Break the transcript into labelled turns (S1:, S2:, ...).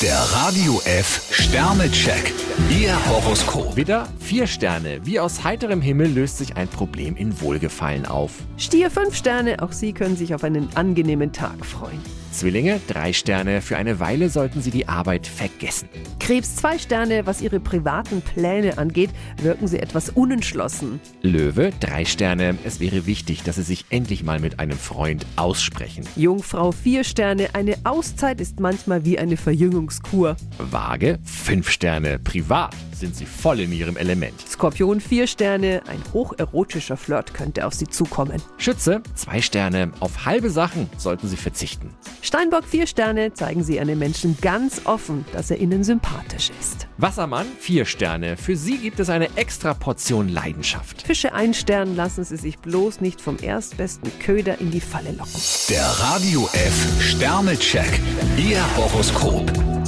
S1: Der Radio F Sternecheck. Ihr Horoskop.
S2: Widder, vier Sterne. Wie aus heiterem Himmel löst sich ein Problem in Wohlgefallen auf.
S3: Stier 5 Sterne, auch Sie können sich auf einen angenehmen Tag freuen.
S2: Zwillinge, drei Sterne. Für eine Weile sollten Sie die Arbeit vergessen.
S3: Krebs 2 Sterne, was Ihre privaten Pläne angeht, wirken Sie etwas unentschlossen.
S2: Löwe, drei Sterne. Es wäre wichtig, dass Sie sich endlich mal mit einem Freund aussprechen.
S3: Jungfrau 4 Sterne, eine Auszeit ist manchmal wie eine Verjüngungskur.
S2: Waage, fünf Sterne. Privat sind Sie voll in Ihrem Element.
S3: Skorpion 4 Sterne, ein hocherotischer Flirt könnte auf Sie zukommen.
S2: Schütze, zwei Sterne. Auf halbe Sachen sollten Sie verzichten.
S3: Steinbock 4 Sterne, zeigen Sie einem Menschen ganz offen, dass er Ihnen sympathisch ist.
S2: Wassermann, vier Sterne. Für Sie gibt es eine extra Portion Leidenschaft.
S3: Fische 1 Stern, lassen Sie sich bloß nicht vom erstbesten Köder in die Falle locken.
S1: Der Radio F Sternecheck. Ihr Horoskop.